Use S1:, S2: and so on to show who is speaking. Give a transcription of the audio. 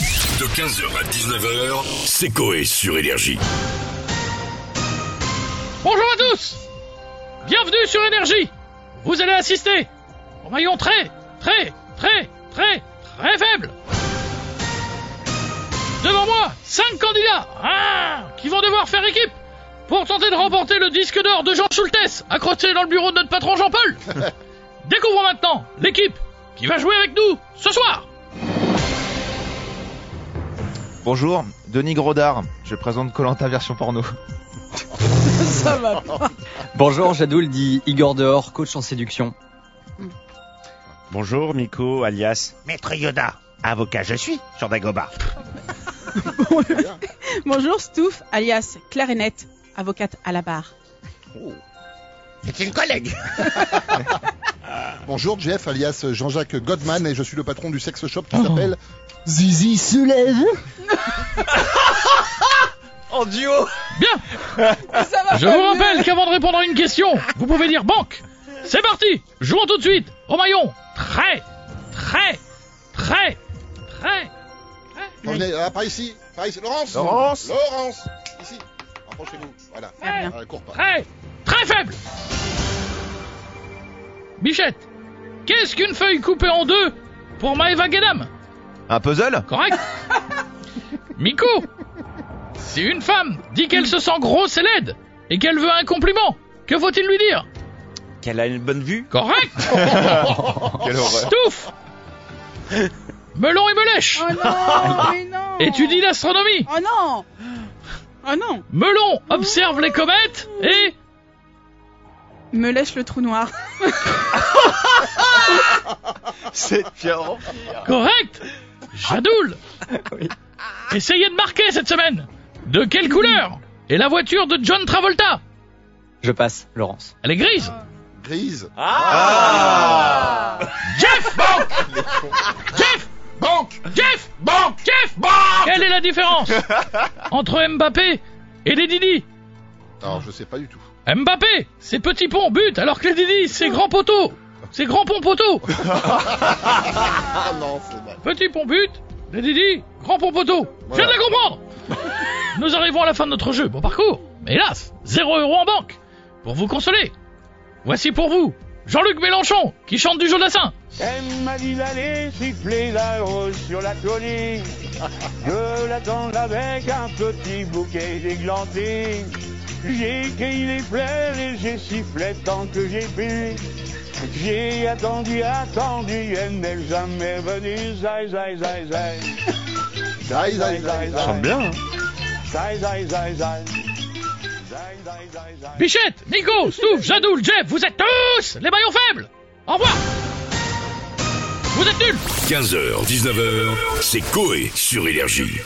S1: De 15h à 19h, c'est Coé sur Énergie.
S2: Bonjour à tous Bienvenue sur Énergie Vous allez assister au maillon très, très, très, très, très faible Devant moi, 5 candidats ah, qui vont devoir faire équipe pour tenter de remporter le disque d'or de Jean Schultes, accroché dans le bureau de notre patron Jean-Paul Découvrons maintenant l'équipe qui va jouer avec nous ce soir
S3: Bonjour, Denis Grodard, je présente Colanta version porno.
S4: Bonjour, Jadoul dit Igor Dehors, coach en séduction.
S5: Bonjour Nico, alias Maître Yoda. Avocat, je suis sur Dagoba.
S6: Bonjour Stouff, alias Clarinette, avocate à la barre.
S5: C'est une collègue.
S7: Bonjour Jeff, alias Jean-Jacques Godman, et je suis le patron du sex shop qui s'appelle
S8: Oh. Zizi soulève
S2: Je vous rappelle qu'avant de répondre à une question, vous pouvez dire banque. C'est parti, jouons tout de suite au maillon. Très, très, très, très.
S7: Revenez, ah, par ici, par ici, Laurence
S3: Laurence.
S7: Laurence Ici Rapprochez-vous, voilà.
S2: Très,
S7: Ah, cours pas.
S2: très, très faible. Bichette, qu'est-ce qu'une feuille coupée en deux pour Maëva Guédam
S3: Un puzzle
S2: Correct Miko, si une femme dit qu'elle se sent grosse et laide et qu'elle veut un compliment, que faut-il lui dire
S5: Qu'elle a une bonne vue
S2: Correct
S3: Quelle horreur
S2: Touffe Melon et Melèche
S6: Oh non, mais non
S2: Étudie l'astronomie
S6: Oh non Oh non
S2: Melon observe les comètes et...
S6: Me lèche le trou noir.
S3: C'est pire
S2: Correct Jadoul Essayez de marquer cette semaine De quelle couleur est la voiture de John Travolta
S4: Je passe, Laurence.
S2: Elle est grise
S7: Grise.
S2: Jeff Bank Jeff Bank Jeff Bank Jeff Bank Quelle est la différence entre Mbappé et les Didi
S7: Alors je sais pas du tout.
S2: Mbappé, c'est petit pont, but, alors que les Didi, c'est grand poteau C'est grand pont poteau
S7: Ah non, c'est mal.
S2: Petit pont but, les Didi, grand pont poteau Je viens de la comprendre Nous arrivons à la fin de notre jeu, bon parcours Mais hélas, 0 euro en banque Pour vous consoler Voici pour vous Jean-Luc Mélenchon, qui chante du Jodassin
S9: Elle m'a dit d'aller siffler la rose sur la colline. Je l'attends avec un petit bouquet d'églantines. J'ai cueilli les fleurs et j'ai sifflé tant que j'ai pu. J'ai attendu, attendu, elle n'est jamais venue. Zai, zai, zai, zai.
S7: Zai, zai, zai, zai.
S5: Chante bien. hein
S9: Zai, zai, zai, zai. Zai, zai, zai, zai.
S2: Bichette, Nico, Stouff, Jadoul, Jeff, vous êtes tous les maillons faibles Au revoir Vous êtes nuls
S1: 15h, 19h, c'est Coé sur Énergie.